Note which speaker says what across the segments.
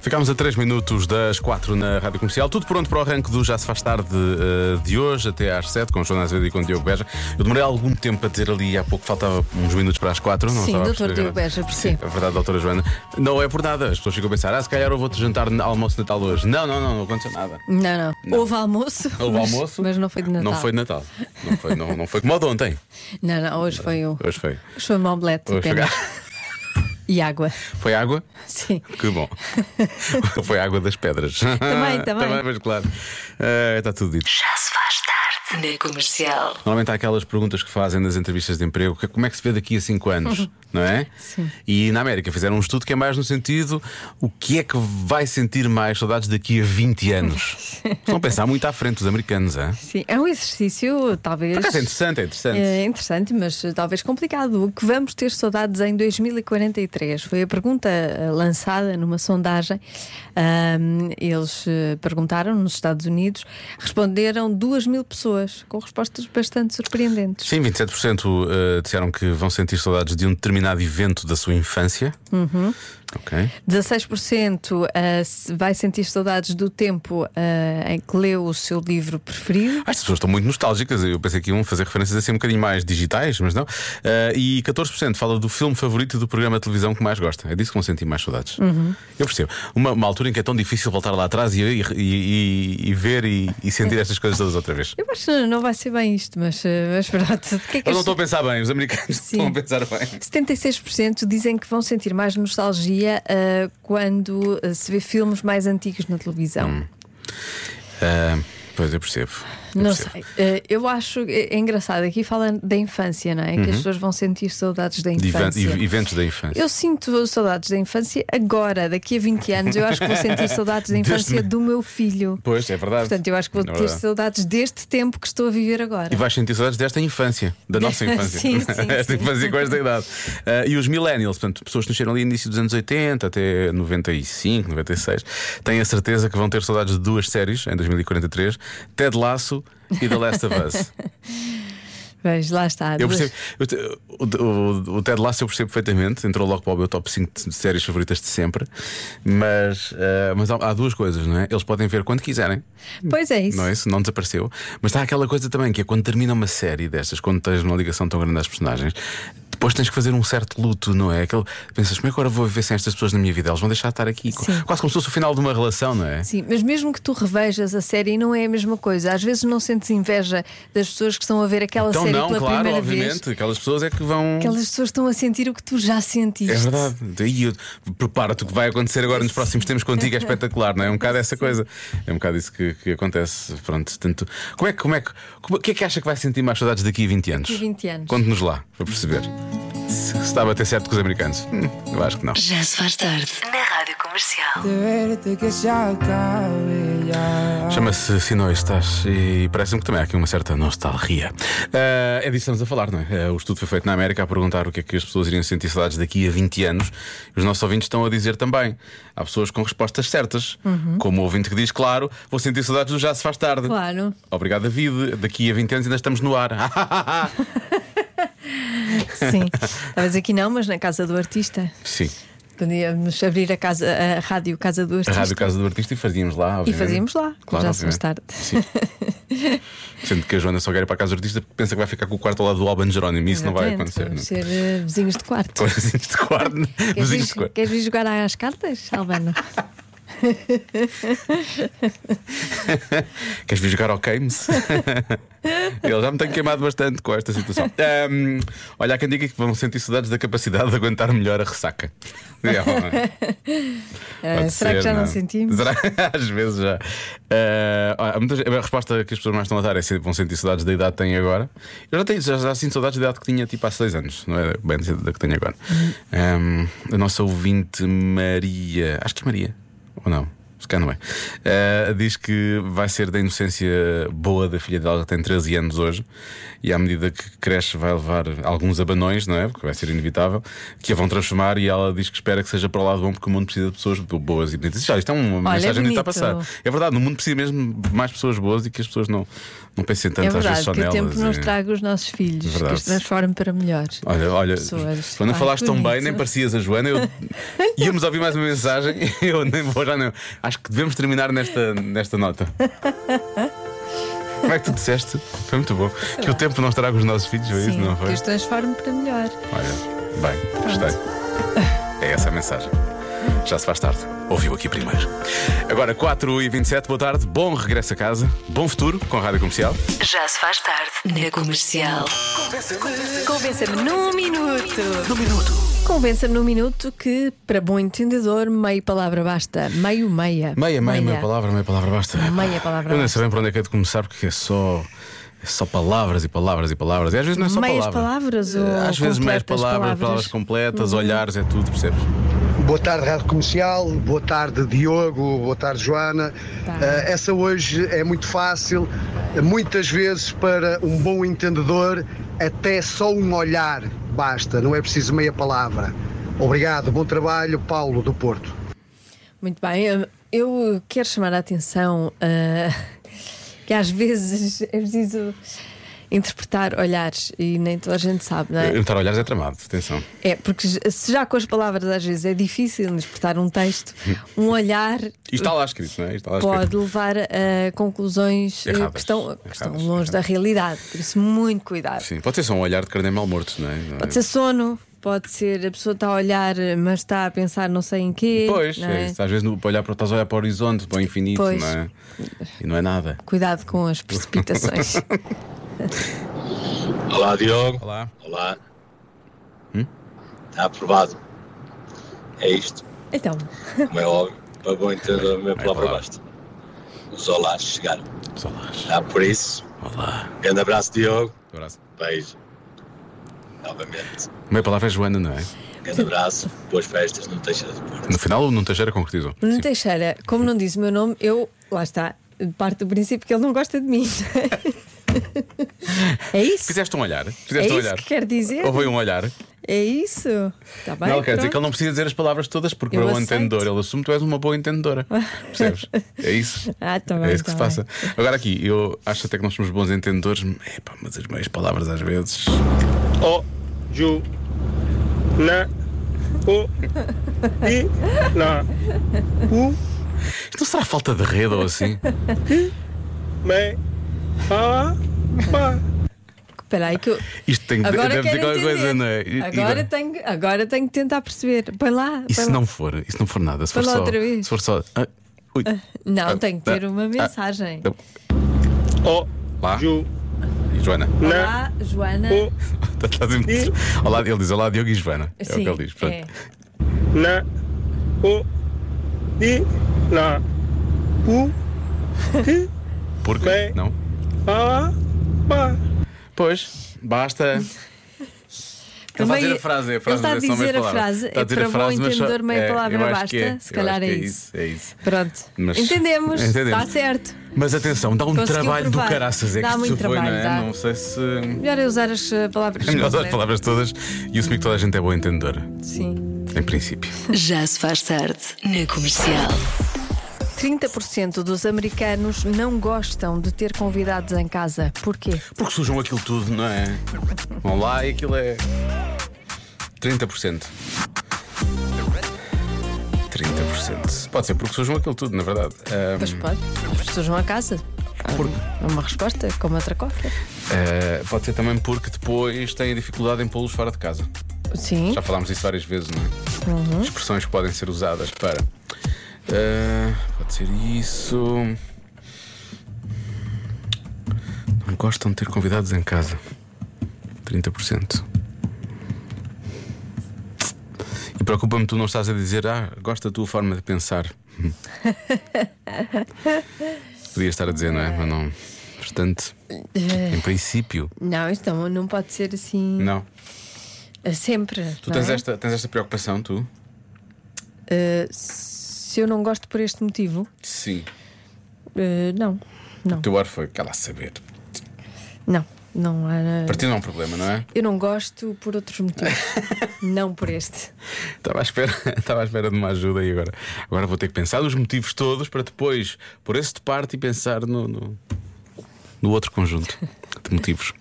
Speaker 1: Ficámos a 3 minutos das 4 na Rádio Comercial. Tudo pronto para o arranque do Já se faz tarde eh, de hoje até às 7 com o Jonas Azevedo e com o Diogo Beja. Eu demorei algum tempo a dizer ali, há pouco faltava uns minutos para as 4. Não
Speaker 2: Sim,
Speaker 1: estava a
Speaker 2: doutor
Speaker 1: perceber.
Speaker 2: Diogo Beja, percebo.
Speaker 1: É verdade, doutora Joana. Não é por nada. As pessoas ficam a pensar, ah, se calhar eu vou-te jantar no almoço de Natal hoje. Não, não, não, não aconteceu nada.
Speaker 2: Não, não, Houve almoço.
Speaker 1: Houve
Speaker 2: mas,
Speaker 1: almoço.
Speaker 2: Mas não foi de Natal.
Speaker 1: Não foi de Natal. Não foi, não, não foi como o de ontem.
Speaker 2: Não, não, hoje foi um.
Speaker 1: Hoje foi.
Speaker 2: Hoje foi uma omelete
Speaker 1: Hoje foi,
Speaker 2: apenas. E água.
Speaker 1: foi água?
Speaker 2: Sim.
Speaker 1: Que bom. foi água das pedras.
Speaker 2: Também, também.
Speaker 1: também mas claro. Eh, está tudo dito.
Speaker 3: Já se faz tarde na comercial.
Speaker 1: Normalmente há aquelas perguntas que fazem nas entrevistas de emprego: que- como é que se vê daqui a 5 anos? não é?
Speaker 2: Sim.
Speaker 1: E na América fizeram um estudo que é mais no sentido: o que é que vai sentir mais saudades daqui a 20 anos? Estão a pensar muito à frente os americanos, é?
Speaker 2: Sim. É um exercício,
Speaker 1: Por
Speaker 2: talvez.
Speaker 1: acaso é interessante, é interessante.
Speaker 2: É interessante, mas eh, talvez complicado. O que vamos ter saudades em 2043? Foi a pergunta eh, lançada numa sondagem. Ahm, eles eh, perguntaram nos Estados Unidos, responderam 2 mil pessoas, com respostas bastante surpreendentes.
Speaker 1: Sim, 27% eh, disseram que vão sentir saudades de um determinado evento da sua infância.
Speaker 2: Uhum.
Speaker 1: Ok.
Speaker 2: 16% eh, se- vai sentir saudades do tempo eh, em que leu o seu livro preferido.
Speaker 1: Ah, As pessoas estão muito nostálgicas. Eu pensei que iam fazer referências assim um bocadinho mais digitais, mas não. Ah, e 14% fala do filme favorito e do programa de televisão que mais gosta. É disso que vão sentir mais saudades.
Speaker 2: Uhum.
Speaker 1: Eu percebo. Uma, uma altura em que é tão difícil voltar lá atrás e, e- e- e ver e, e sentir estas coisas todas outra vez.
Speaker 2: Eu acho que não vai ser bem isto, mas, eh, mas pronto. O que é que é?
Speaker 1: Eu não
Speaker 2: as-
Speaker 1: estou a pensar bem, os americanos
Speaker 2: Sim.
Speaker 1: estão a pensar bem.
Speaker 2: 76% dizem que vão sentir mais nostalgia ah, quando ah, se vê filmes mais antigos na televisão.
Speaker 1: Ah, pois eu percebo. Hum, Eu
Speaker 2: Não
Speaker 1: percebo.
Speaker 2: sei. Ah, eu acho é, é engraçado. Aqui fala da infância, não é? Que as pessoas vão sentir saudades da
Speaker 1: Uhum. De even-
Speaker 2: infância.
Speaker 1: e- eventos da infância.
Speaker 2: Eu sinto saudades da infância agora, daqui a 20 anos. Eu acho que vou sentir saudades da
Speaker 1: Deste
Speaker 2: infância
Speaker 1: momento.
Speaker 2: do meu filho.
Speaker 1: Pois, é verdade.
Speaker 2: Portanto, eu acho que vou
Speaker 1: É
Speaker 2: ter
Speaker 1: verdade.
Speaker 2: saudades deste tempo que estou a viver agora.
Speaker 1: E vais sentir saudades desta infância, da nossa infância.
Speaker 2: Sim, sim,
Speaker 1: Esta
Speaker 2: sim.
Speaker 1: infância com esta idade. Ah, e os millennials, portanto, pessoas que nasceram ali no início dos anos 80 até 95, 96, têm a certeza que vão ter saudades de duas séries em 2043, Ted Lasso e The Last of Us.
Speaker 2: Vejo, lá está.
Speaker 1: Eu
Speaker 2: duas-
Speaker 1: percebo, eu te- o, o- o Ted Lasso eu percebo perfeitamente, entrou logo para o meu top 5 de séries favoritas de sempre, mas, ah, mas há, há duas coisas, não é? Eles podem ver quando quiserem,
Speaker 2: Pois é isso.
Speaker 1: não é isso? Não desapareceu. Mas há aquela coisa também que é quando termina uma série destas, quando tens uma ligação tão grande às personagens, depois tens que fazer um certo luto, não é? Aquele, pensas, como é que agora vou viver sem estas pessoas na minha vida? Elas vão deixar de estar aqui.
Speaker 2: Sim.
Speaker 1: Quase como se fosse o final de uma relação, não é?
Speaker 2: Sim, mas mesmo que tu revejas a série, não é a mesma coisa. Às vezes não sentes inveja das pessoas que estão a ver aquela
Speaker 1: Então,
Speaker 2: série
Speaker 1: não,
Speaker 2: pela
Speaker 1: claro,
Speaker 2: primeira
Speaker 1: obviamente.
Speaker 2: vez.
Speaker 1: Aquelas pessoas é que vão.
Speaker 2: Aquelas pessoas estão a sentir o que tu já sentiste.
Speaker 1: É verdade. E eu- prepara-te o que vai acontecer agora nos próximos tempos contigo, é espetacular, não é? É um bocado essa coisa. É um bocado isso que, que acontece. Pronto, tanto. Como é que, como é que, como, o que é que acha que vai sentir mais saudades daqui a 20 anos?
Speaker 2: a 20 anos.
Speaker 1: Conte-nos lá, para perceber. Se se está a bater certo com os americanos. Hum, eu acho que não.
Speaker 3: Já se faz tarde na rádio comercial.
Speaker 1: Chama-se Se Não Estás e parece-me que também há aqui uma certa nostalgia. Ah, é disso que estamos a falar, não é? Ah, o estudo foi feito na América a perguntar o que é que as pessoas iriam sentir saudades daqui a 20 anos. E os nossos ouvintes estão a dizer também. Há pessoas com respostas certas,
Speaker 2: Uhum.
Speaker 1: como o ouvinte que diz, claro, vou sentir saudades do Já Se Faz Tarde.
Speaker 2: Claro.
Speaker 1: Obrigado, David. Daqui a 20 anos ainda estamos no ar.
Speaker 2: Sim. Talvez aqui não, mas na casa do artista.
Speaker 1: Sim,
Speaker 2: Podíamos abrir a, casa, a rádio Casa do
Speaker 1: a
Speaker 2: Artista
Speaker 1: Rádio Casa do Artista e fazíamos lá.
Speaker 2: e
Speaker 1: obviamente.
Speaker 2: fazíamos lá.
Speaker 1: Claro,
Speaker 2: já se faz
Speaker 1: obviamente.
Speaker 2: tarde.
Speaker 1: Sim. Sendo que a Joana só quer ir para a casa do artista porque pensa que vai ficar com o quarto ao lado do Alban Jerónimo. Isso não vai
Speaker 2: Exatamente,
Speaker 1: acontecer.
Speaker 2: Vamos
Speaker 1: não? é?
Speaker 2: ser eh, vizinhos de quarto.
Speaker 1: Vizinhos de quarto.
Speaker 2: Queres
Speaker 1: Vizinhos de
Speaker 2: ir,
Speaker 1: quarto.
Speaker 2: queres ir jogar às cartas, Albano?
Speaker 1: Queres vir jogar ao Games? Ele já me tem queimado bastante com esta situação. Ahm, olha, há quem diga que vão sentir saudades da capacidade de aguentar melhor a ressaca. É,
Speaker 2: Eh,
Speaker 1: Pode
Speaker 2: será
Speaker 1: ser,
Speaker 2: que já não, sentimos?
Speaker 1: Será? Às vezes já. Ah, olha, há muitas- a resposta que as pessoas mais estão a dar é se vão sentir saudades da idade que têm agora. Eu já, tenho, já, já sinto saudades da idade que tinha tipo há 6 anos, não é? Bem da que Ehm, tenho agora. Ahm, a nossa ouvinte Maria. Acho que é Maria, ou não? se calhar não é. Eh, diz que vai ser da inocência boa da filha dela, que tem 13 anos hoje, e à medida que cresce vai levar alguns abanões, não é? Porque vai ser inevitável, que a vão transformar e ela diz que espera que seja para o lado bom, porque o mundo precisa de pessoas boas e bonitas. Já, isto é uma
Speaker 2: Olha,
Speaker 1: mensagem que está a
Speaker 2: bonito.
Speaker 1: passar. É verdade, no mundo precisa mesmo de mais pessoas boas e que as pessoas não, não pensem tanto
Speaker 2: É
Speaker 1: às vezes
Speaker 2: verdade,
Speaker 1: só
Speaker 2: que o
Speaker 1: nelas.
Speaker 2: tempo nos
Speaker 1: e- É
Speaker 2: traga os nossos filhos,
Speaker 1: Verdade.
Speaker 2: que os transforme para melhores.
Speaker 1: Olha, olha,
Speaker 2: Pessoas,
Speaker 1: Joana,
Speaker 2: pá,
Speaker 1: falaste tão bem,
Speaker 2: bonito.
Speaker 1: nem parecias a Joana. Eu... Íamos ouvir mais uma mensagem. Eu nem vou já, não. Acho que devemos terminar nesta, nesta nota. Como é que tu disseste? Foi muito bom. Que o tempo não estraga os nossos filhos, foi isso,
Speaker 2: Sim,
Speaker 1: não
Speaker 2: que
Speaker 1: foi?
Speaker 2: os transforme para melhor.
Speaker 1: Olha, bem, gostei. É essa a mensagem. Já se faz tarde. Ouviu aqui primeiro. Agora, 4h27, boa tarde. Bom regresso a casa. Bom futuro com a rádio comercial.
Speaker 3: Já se faz tarde na comercial.
Speaker 2: Convença-me num minuto. Num minuto. Convença-me num minuto que, para bom entendedor, meia palavra basta. Meio, meia.
Speaker 1: Meia, meia, meia palavra, meia palavra basta.
Speaker 2: Meia palavra
Speaker 1: Eu nem
Speaker 2: basta.
Speaker 1: sei bem por onde é que é de começar, porque é só, é só palavras e palavras e palavras. E às vezes não é só
Speaker 2: Meias
Speaker 1: palavra. Eh,
Speaker 2: palavras ou
Speaker 1: Às vezes meias
Speaker 2: completas
Speaker 1: palavras, palavras,
Speaker 2: palavras? Uhum.
Speaker 1: completas, olhares, é tudo, percebes?
Speaker 4: Boa tarde, Rádio Comercial. Boa tarde, Diogo. Boa tarde, Joana.
Speaker 2: Tá.
Speaker 4: Eh, essa hoje é muito fácil. Muitas vezes, para um bom entendedor, até só um olhar basta, não é preciso meia palavra. Obrigado, bom trabalho, Paulo do Porto.
Speaker 2: Muito bem. eu- Eu quero chamar a atenção ah, que às vezes é preciso interpretar olhares e nem toda a gente sabe, não é?
Speaker 1: Eu estar a olhares é tramado, atenção.
Speaker 2: É, porque se já com as palavras às vezes é difícil interpretar um texto, um olhar
Speaker 1: Isto está lá escrito, não é? Isto está lá
Speaker 2: pode
Speaker 1: escrito.
Speaker 2: levar a conclusões eh,
Speaker 1: Erradas.
Speaker 2: que estão, que estão
Speaker 1: Erradas,
Speaker 2: longe da
Speaker 1: erradas.
Speaker 2: realidade. Por isso, muito cuidado.
Speaker 1: Sim, pode ser só um olhar de carne mal morto, não é?
Speaker 2: Pode ser sono, pode ser a pessoa está a olhar, mas está a pensar não sei em quê.
Speaker 1: Pois,
Speaker 2: não
Speaker 1: é
Speaker 2: é?
Speaker 1: isso. às vezes no- para olhar para, estás a olhar para o horizonte, para o infinito,
Speaker 2: Pois.
Speaker 1: não é? E não é nada.
Speaker 2: Cuidado com as precipitações.
Speaker 5: Olá, Diogo.
Speaker 1: Olá.
Speaker 5: Olá. Está aprovado. É isto,
Speaker 2: então,
Speaker 5: como é óbvio. Para bom entender a minha palavra
Speaker 1: palavra.
Speaker 5: basta. Os olás chegaram.
Speaker 1: Olás.
Speaker 5: Está por isso.
Speaker 1: Olá.
Speaker 5: Grande abraço, Diogo.
Speaker 1: Um Abraço.
Speaker 5: Beijo. Novamente.
Speaker 1: Meia palavra é Joana, não é?
Speaker 5: Grande abraço. Boas festas. Não deixa de pôr.
Speaker 1: No final, o Nuno Teixeira concretizou.
Speaker 2: Nuno
Speaker 1: Sim.
Speaker 2: Teixeira, como não disse o meu nome, eu, lá está, parte do princípio que ele não gosta de mim. é isso?
Speaker 1: Fizeste um olhar. Fizeste
Speaker 2: É
Speaker 1: um
Speaker 2: isso
Speaker 1: olhar.
Speaker 2: que quer dizer?
Speaker 1: Houve um olhar.
Speaker 2: É isso? Está bem? então?
Speaker 1: não, quer dizer
Speaker 2: pronto.
Speaker 1: que ele não precisa dizer as palavras todas, porque
Speaker 2: Eu
Speaker 1: para o
Speaker 2: aceito.
Speaker 1: entendedor ele assume que tu és uma boa entendedora. Percebes? É isso.
Speaker 2: Ah, tá
Speaker 1: é
Speaker 2: bem,
Speaker 1: isso que
Speaker 2: tá
Speaker 1: se
Speaker 2: bem.
Speaker 1: passa. Agora aqui, eu acho até que nós somos bons entendedores, epá, mas as meias palavras às vezes.
Speaker 6: O, Ju, Na, O, I, Na, U,
Speaker 1: Isto não Então será falta de rede ou assim?
Speaker 6: Me, A, Pa.
Speaker 2: Espera aí que eu.
Speaker 1: Isto tem que
Speaker 2: Agora
Speaker 1: deve dizer
Speaker 2: quero
Speaker 1: qualquer
Speaker 2: entender.
Speaker 1: coisa, não é? E-
Speaker 2: Agora,
Speaker 1: e-
Speaker 2: tá- tenho, agora tenho que tentar perceber. Põe lá.
Speaker 1: e
Speaker 2: põe
Speaker 1: se
Speaker 2: lá.
Speaker 1: não for, e se não for nada, se for
Speaker 2: Fala
Speaker 1: só.
Speaker 2: outra vez.
Speaker 1: Se for só. ah, ui.
Speaker 2: Não,
Speaker 1: Ah,
Speaker 2: tem que
Speaker 1: ah,
Speaker 2: ter uma
Speaker 1: ah,
Speaker 2: mensagem.
Speaker 6: O,
Speaker 1: Lá.
Speaker 6: Ju,
Speaker 1: E Joana.
Speaker 6: Na,
Speaker 2: Olá, Joana.
Speaker 6: O,
Speaker 1: Tá- tá a dizer muito- Olá, ele diz olá, Diogo e Joana. É o
Speaker 2: Sim,
Speaker 1: que ele diz. Pronto.
Speaker 2: é.
Speaker 6: Na, O, I, Na, U, I,
Speaker 1: Porque.
Speaker 6: Bem.
Speaker 1: Não?
Speaker 6: A, Pa.
Speaker 1: Pois, basta. Ele vai
Speaker 2: Também-
Speaker 1: dizer a frase, a frase
Speaker 2: ele está a
Speaker 1: desse, não
Speaker 2: dizer
Speaker 1: meia
Speaker 2: a
Speaker 1: palavra.
Speaker 2: frase,
Speaker 1: Está a
Speaker 2: é
Speaker 1: dizer
Speaker 2: para
Speaker 1: a
Speaker 2: bom
Speaker 1: frase, mas só-
Speaker 2: entendedor, meia
Speaker 1: é, eu
Speaker 2: palavra
Speaker 1: acho
Speaker 2: basta,
Speaker 1: que é,
Speaker 2: se
Speaker 1: eu acho
Speaker 2: calhar
Speaker 1: que
Speaker 2: é
Speaker 1: é
Speaker 2: isso.
Speaker 1: isso, é isso.
Speaker 2: Pronto.
Speaker 1: Mas-
Speaker 2: Entendemos.
Speaker 1: Entendemos.
Speaker 2: Está certo.
Speaker 1: Mas atenção, dá um
Speaker 2: Conseguiu
Speaker 1: trabalho
Speaker 2: provar.
Speaker 1: do caraças, é
Speaker 2: Dá
Speaker 1: que
Speaker 2: muito
Speaker 1: isto foi,
Speaker 2: trabalho,
Speaker 1: não é?
Speaker 2: dá.
Speaker 1: Não sei se.
Speaker 2: Melhor é usar as eh, palavras.
Speaker 1: É melhor usar as
Speaker 2: né?
Speaker 1: palavras todas e assumir que toda a gente é boa entendedora,
Speaker 2: Sim.
Speaker 1: em princípio.
Speaker 3: Já se faz tarde na comercial.
Speaker 2: 30% dos americanos não gostam de ter convidados em casa. Porquê?
Speaker 1: Porque sujam aquilo tudo, não é? Vão lá e aquilo é. 30%. 30%. Pode ser porque sujam aquilo tudo, na verdade. Ah,
Speaker 2: Pois pode. As pessoas vão a casa. É uma resposta, como outra qualquer.
Speaker 1: ah, pode ser também porque depois têm dificuldade em pô-los fora de casa.
Speaker 2: Sim.
Speaker 1: Já falámos disso várias vezes, não é?
Speaker 2: Uhum.
Speaker 1: Expressões que podem ser usadas para. Ah, pode ser isso. Não gostam de ter convidados em casa. 30%. E preocupa-me tu não estás a dizer, ah, gosto da tua forma de pensar. Podia estar a dizer, não é? Mas não. Portanto,
Speaker 2: É.
Speaker 1: em princípio,
Speaker 2: Não, isto não, não pode ser assim
Speaker 1: não.
Speaker 2: eh, sempre.
Speaker 1: Tu
Speaker 2: não
Speaker 1: tens
Speaker 2: é?
Speaker 1: esta, tens esta preocupação, tu?
Speaker 2: Eh, se eu não gosto por este motivo,
Speaker 1: Sim.
Speaker 2: eh, não, não,
Speaker 1: O teu ar foi, cala a saber.
Speaker 2: não, não era.
Speaker 1: Para ti não é um problema, não é?
Speaker 2: Eu não gosto por outros motivos, não por este.
Speaker 1: Estava à, espera, estava à espera de uma ajuda e agora, agora vou ter que pensar nos motivos todos para depois, por esse de parte, e pensar no, no, no outro conjunto de motivos.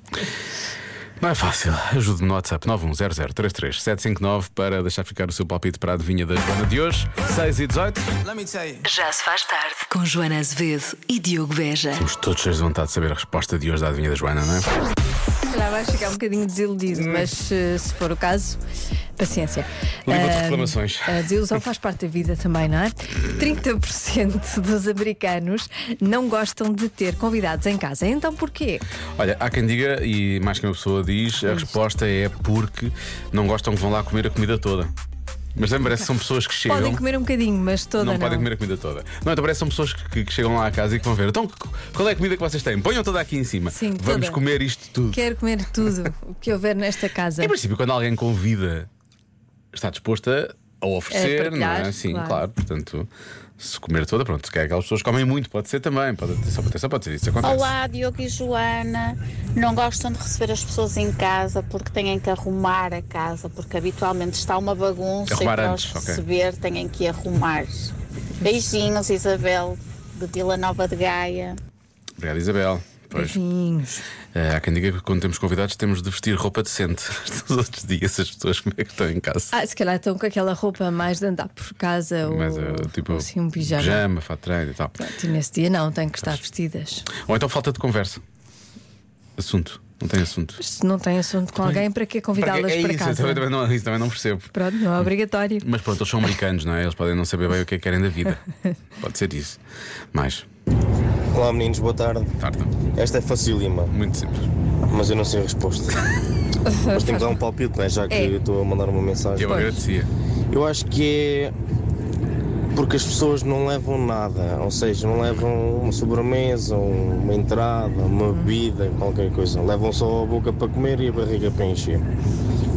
Speaker 1: Não é fácil. Ajude-me no WhatsApp 910033759 para deixar ficar o seu palpite para a adivinha da Joana de hoje, 6 e 18.
Speaker 7: Let me tell you.
Speaker 3: Já se faz tarde com Joana Azevedo e Diogo Beja.
Speaker 1: Estamos todos cheios de vontade de saber a resposta de hoje da adivinha da Joana, não é?
Speaker 2: Já vais ficar um bocadinho desiludido, mas eh, se for o caso, paciência.
Speaker 1: Livro de
Speaker 2: Ah,
Speaker 1: reclamações.
Speaker 2: A desilusão faz parte da vida também, não é? 30% dos americanos não gostam de ter convidados em casa. Então porquê?
Speaker 1: Olha, há quem diga, e mais que uma pessoa diz, a resposta é porque não gostam que vão lá comer a comida toda. Mas também parece que são pessoas que chegam.
Speaker 2: Podem comer um bocadinho, mas toda
Speaker 1: não,
Speaker 2: não.
Speaker 1: podem comer a comida toda. Não, então parece que são pessoas que, que chegam lá à casa e que vão ver. Então, qu- qual é a comida que vocês têm? Ponham toda aqui em cima.
Speaker 2: Sim,
Speaker 1: Vamos
Speaker 2: toda.
Speaker 1: comer isto tudo.
Speaker 2: Quero comer tudo o que houver nesta casa.
Speaker 1: Em princípio, quando alguém convida, está disposta a oferecer,
Speaker 2: A
Speaker 1: não
Speaker 2: partilhar,
Speaker 1: é? Sim, claro.
Speaker 2: claro.
Speaker 1: Portanto, se comer toda, pronto, se quer aquelas pessoas que comem muito, pode ser também. Pode, só, só pode ser isso. Acontece.
Speaker 8: Olá, Diogo e Joana. Não gostam de receber as pessoas em casa porque têm que arrumar a casa, porque habitualmente está uma bagunça
Speaker 1: Arrumar
Speaker 8: e para
Speaker 1: antes,
Speaker 8: os
Speaker 1: ok.
Speaker 8: receber têm que arrumar. Beijinhos, Isabel, de Vila Nova de Gaia.
Speaker 1: Obrigado, Isabel. Pois.
Speaker 2: Beijinhos.
Speaker 1: É, há quem diga que quando temos convidados temos de vestir roupa decente. Os outros dias as pessoas como é que estão em casa.
Speaker 2: Ah, se calhar estão com aquela roupa mais de andar por casa ou,
Speaker 1: Mas eh, tipo
Speaker 2: ou assim um pijama.
Speaker 1: pijama, fato de treino e tal.
Speaker 2: Pronto, e nesse dia não, têm que estar vestidas.
Speaker 1: Ou então falta de conversa. Assunto. Não tem assunto.
Speaker 2: Se não tem assunto com alguém, para que
Speaker 1: Para
Speaker 2: convidá-las
Speaker 1: quê? é
Speaker 2: para,
Speaker 1: isso, eu
Speaker 2: casa?
Speaker 1: também, também não, isso também não percebo.
Speaker 2: Pronto, não é obrigatório.
Speaker 1: Mas pronto, eles são americanos, não é? Eles podem não saber bem o que é que querem da vida. Pode ser isso. Mais
Speaker 9: Olá meninos, boa tarde.
Speaker 1: tarde.
Speaker 9: Esta é facílima,
Speaker 1: Muito simples.
Speaker 9: mas eu não sei a resposta. mas tenho que dar um palpite, né? já que
Speaker 2: É.
Speaker 9: eu estou a mandar uma mensagem.
Speaker 1: Eu agradecia.
Speaker 9: Eu acho que é porque as pessoas não levam nada, ou seja, não levam uma sobremesa, uma entrada, uma bebida, qualquer coisa. Levam só a boca para comer e a barriga para encher.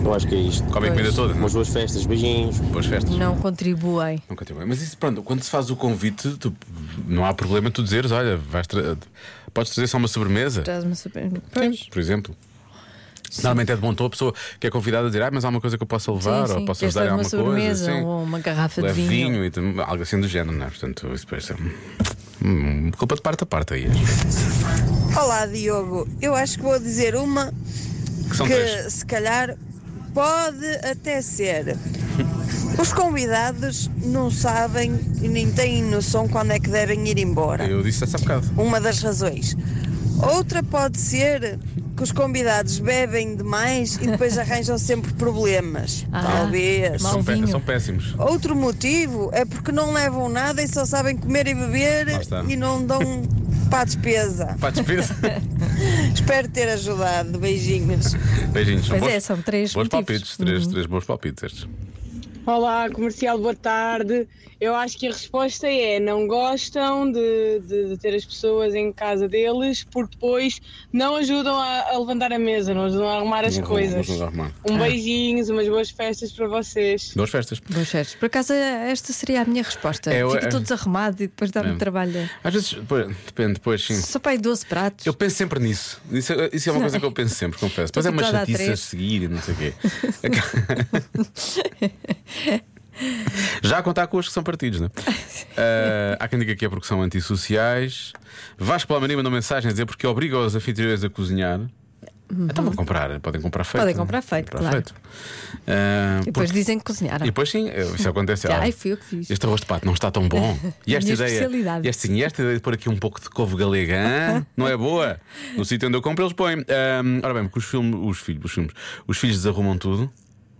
Speaker 9: Eu acho que é isto.
Speaker 1: Comem a comida toda, não?
Speaker 9: Umas boas festas, beijinhos.
Speaker 1: Boas festas.
Speaker 2: Não contribuem.
Speaker 1: Nunca tive. Mas isso, pronto, quando se faz o convite, tu- não há problema tu dizeres: olha, vais tra- podes trazer só uma sobremesa.
Speaker 2: Traz-me super.
Speaker 1: Sim, por exemplo. Normalmente é de bom tom a pessoa que é convidada a dizer ah, mas há uma coisa que eu posso levar
Speaker 2: Sim,
Speaker 1: ou
Speaker 2: sim.
Speaker 1: posso
Speaker 2: Queres
Speaker 1: ajudar em
Speaker 2: levar uma
Speaker 1: alguma coisa.
Speaker 2: sobremesa ou uma garrafa de
Speaker 1: Leve
Speaker 2: vinho?
Speaker 1: e tudo, algo assim do género, não é? Portanto, isso parece hum, culpa de parte a parte aí. acho.
Speaker 10: Olá, Diogo. Eu acho que vou dizer uma
Speaker 1: Que são três.
Speaker 10: que se calhar pode até ser. Os convidados não sabem e nem têm noção quando é que devem ir embora.
Speaker 1: Eu disse essa há bocado.
Speaker 10: Uma das razões. Outra pode ser que os convidados bebem demais e depois arranjam sempre problemas.
Speaker 2: Ah,
Speaker 10: Talvez.
Speaker 2: mal
Speaker 1: São, pé-
Speaker 2: vinho.
Speaker 1: são péssimos.
Speaker 10: Outro motivo é porque não levam nada e só sabem comer e beber
Speaker 1: Lá está.
Speaker 10: e não dão para a despesa.
Speaker 1: Para a despesa.
Speaker 10: Espero ter ajudado. Beijinhos.
Speaker 1: Beijinhos.
Speaker 2: Pois é, são três
Speaker 1: Bons
Speaker 2: motivos. Uhum.
Speaker 1: palpites. Três, três bons palpites estes.
Speaker 11: Olá, comercial, boa tarde. Eu acho que a resposta é: não gostam de, de- de ter as pessoas em casa deles porque depois não ajudam a, a levantar a mesa, não ajudam a arrumar as
Speaker 1: Não vou-
Speaker 11: coisas.
Speaker 1: não vou arrumar.
Speaker 11: Um beijinhos, umas boas festas para vocês.
Speaker 1: Duas festas.
Speaker 2: Boas festas. Por acaso, esta seria a minha resposta.
Speaker 1: É, eu-
Speaker 2: Fica
Speaker 1: é-
Speaker 2: todo desarrumado e depois dá-me
Speaker 1: É.
Speaker 2: trabalho.
Speaker 1: Às vezes, pois, depende, pois sim.
Speaker 2: Só para aí 12 pratos.
Speaker 1: Eu penso sempre nisso. Isso, é- isso é uma coisa que eu penso sempre, confesso. Mas é uma
Speaker 2: habituada a
Speaker 1: chatice a
Speaker 2: três.
Speaker 1: seguir e não sei o quê. Já a contar com os que são partidos, não é? Ah, há quem diga que é porque são antissociais. Vasco Palmarim mandou mensagem a dizer porque obriga os anfitriões a cozinhar. Então vão comprar, podem comprar feito.
Speaker 2: Uhum. Podem comprar feito, claro.
Speaker 1: Ah,
Speaker 2: E depois
Speaker 1: porque-
Speaker 2: dizem que cozinharam.
Speaker 1: e depois sim, eh, isso acontece.
Speaker 2: Ai,
Speaker 1: Ah,
Speaker 2: fui eu que fiz.
Speaker 1: Este arroz de pato não está tão bom. E esta
Speaker 2: Minha
Speaker 1: ideia.
Speaker 2: especialidade.
Speaker 1: E esta, sim, e esta ideia de pôr aqui um pouco de couve galega, hã? não é boa? No sítio onde eu compro, eles põem. Ahm, ora bem, porque os filmes, os filhos, os filmes, os filhos desarrumam tudo.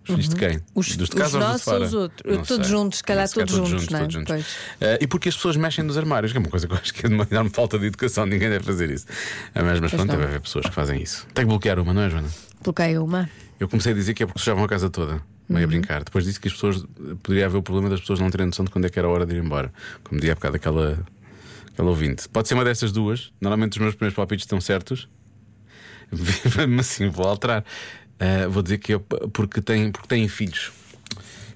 Speaker 1: Os filhos de quem?
Speaker 2: Uhum. Os-
Speaker 1: Dos de
Speaker 2: os
Speaker 1: casa ou dos
Speaker 2: nossos
Speaker 1: de fora?
Speaker 2: ou os outros?
Speaker 1: Não
Speaker 2: Todos
Speaker 1: sei.
Speaker 2: juntos, se calhar
Speaker 1: Não,
Speaker 2: todos juntos, não é?
Speaker 1: todos juntos.
Speaker 2: Pois.
Speaker 1: Ah, e porque as pessoas mexem nos armários, que é uma coisa que eu acho que é de uma enorme falta de educação, ninguém deve fazer isso. Ah, mas, mas pronto,
Speaker 2: não.
Speaker 1: deve haver pessoas que fazem isso. Tem que bloquear uma, não é, Joana?
Speaker 2: Coloquei uma.
Speaker 1: Eu comecei a dizer que é porque sujavam a casa toda, meio a brincar. Depois disse que as pessoas poderia haver o problema das pessoas não terem noção de quando é que era a hora de ir embora. Como dizia há bocado aquela, aquela ouvinte. Pode ser uma destas duas. Normalmente os meus primeiros palpites estão certos. assim, Eh, é Mas sim, vou alterar. Ah, vou dizer que eu, porque têm porque têm filhos.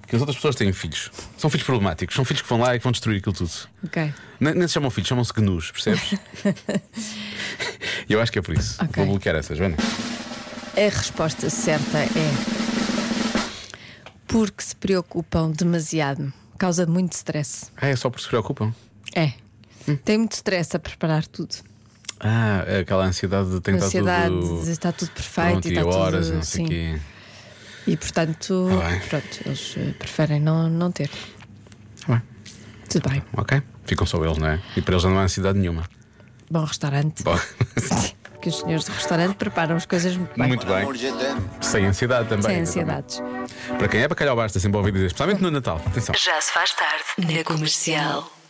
Speaker 1: que as outras pessoas têm filhos. São filhos problemáticos, são filhos que vão lá e que vão destruir aquilo tudo.
Speaker 2: Ok.
Speaker 1: Nem, nem se chamam filhos, chamam-se gnus, percebes? E eu acho que é por isso.
Speaker 2: Ok.
Speaker 1: Vou bloquear essa, Joana.
Speaker 2: A resposta certa é. Porque se preocupam demasiado. Causa muito stress.
Speaker 1: Ah, é só porque se preocupam.
Speaker 2: É. Tem muito stress a preparar tudo.
Speaker 1: Ah, é aquela ansiedade de tentar
Speaker 2: Ansiedade,
Speaker 1: tudo.
Speaker 2: de estar tudo perfeito
Speaker 1: pronto,
Speaker 2: e
Speaker 1: e
Speaker 2: está
Speaker 1: horas,
Speaker 2: tudo assim.
Speaker 1: e não sei
Speaker 2: sim.
Speaker 1: quê.
Speaker 2: E portanto,
Speaker 1: Tá bem.
Speaker 2: pronto, eles eh, preferem não, não ter.
Speaker 1: Tá bem.
Speaker 2: Tudo bem.
Speaker 1: Ok. Ficam só eles, não é? E para eles não há ansiedade nenhuma.
Speaker 2: Bom restaurante.
Speaker 1: Bom,
Speaker 2: Porque os senhores do restaurante preparam as coisas muito bem.
Speaker 1: muito bem. Sem ansiedade também.
Speaker 2: Sem
Speaker 1: exatamente.
Speaker 2: ansiedades.
Speaker 1: Para quem é bacalhau basta sempre ouvir dizer, especialmente no Natal. Atenção.
Speaker 3: Já se faz tarde na comercial.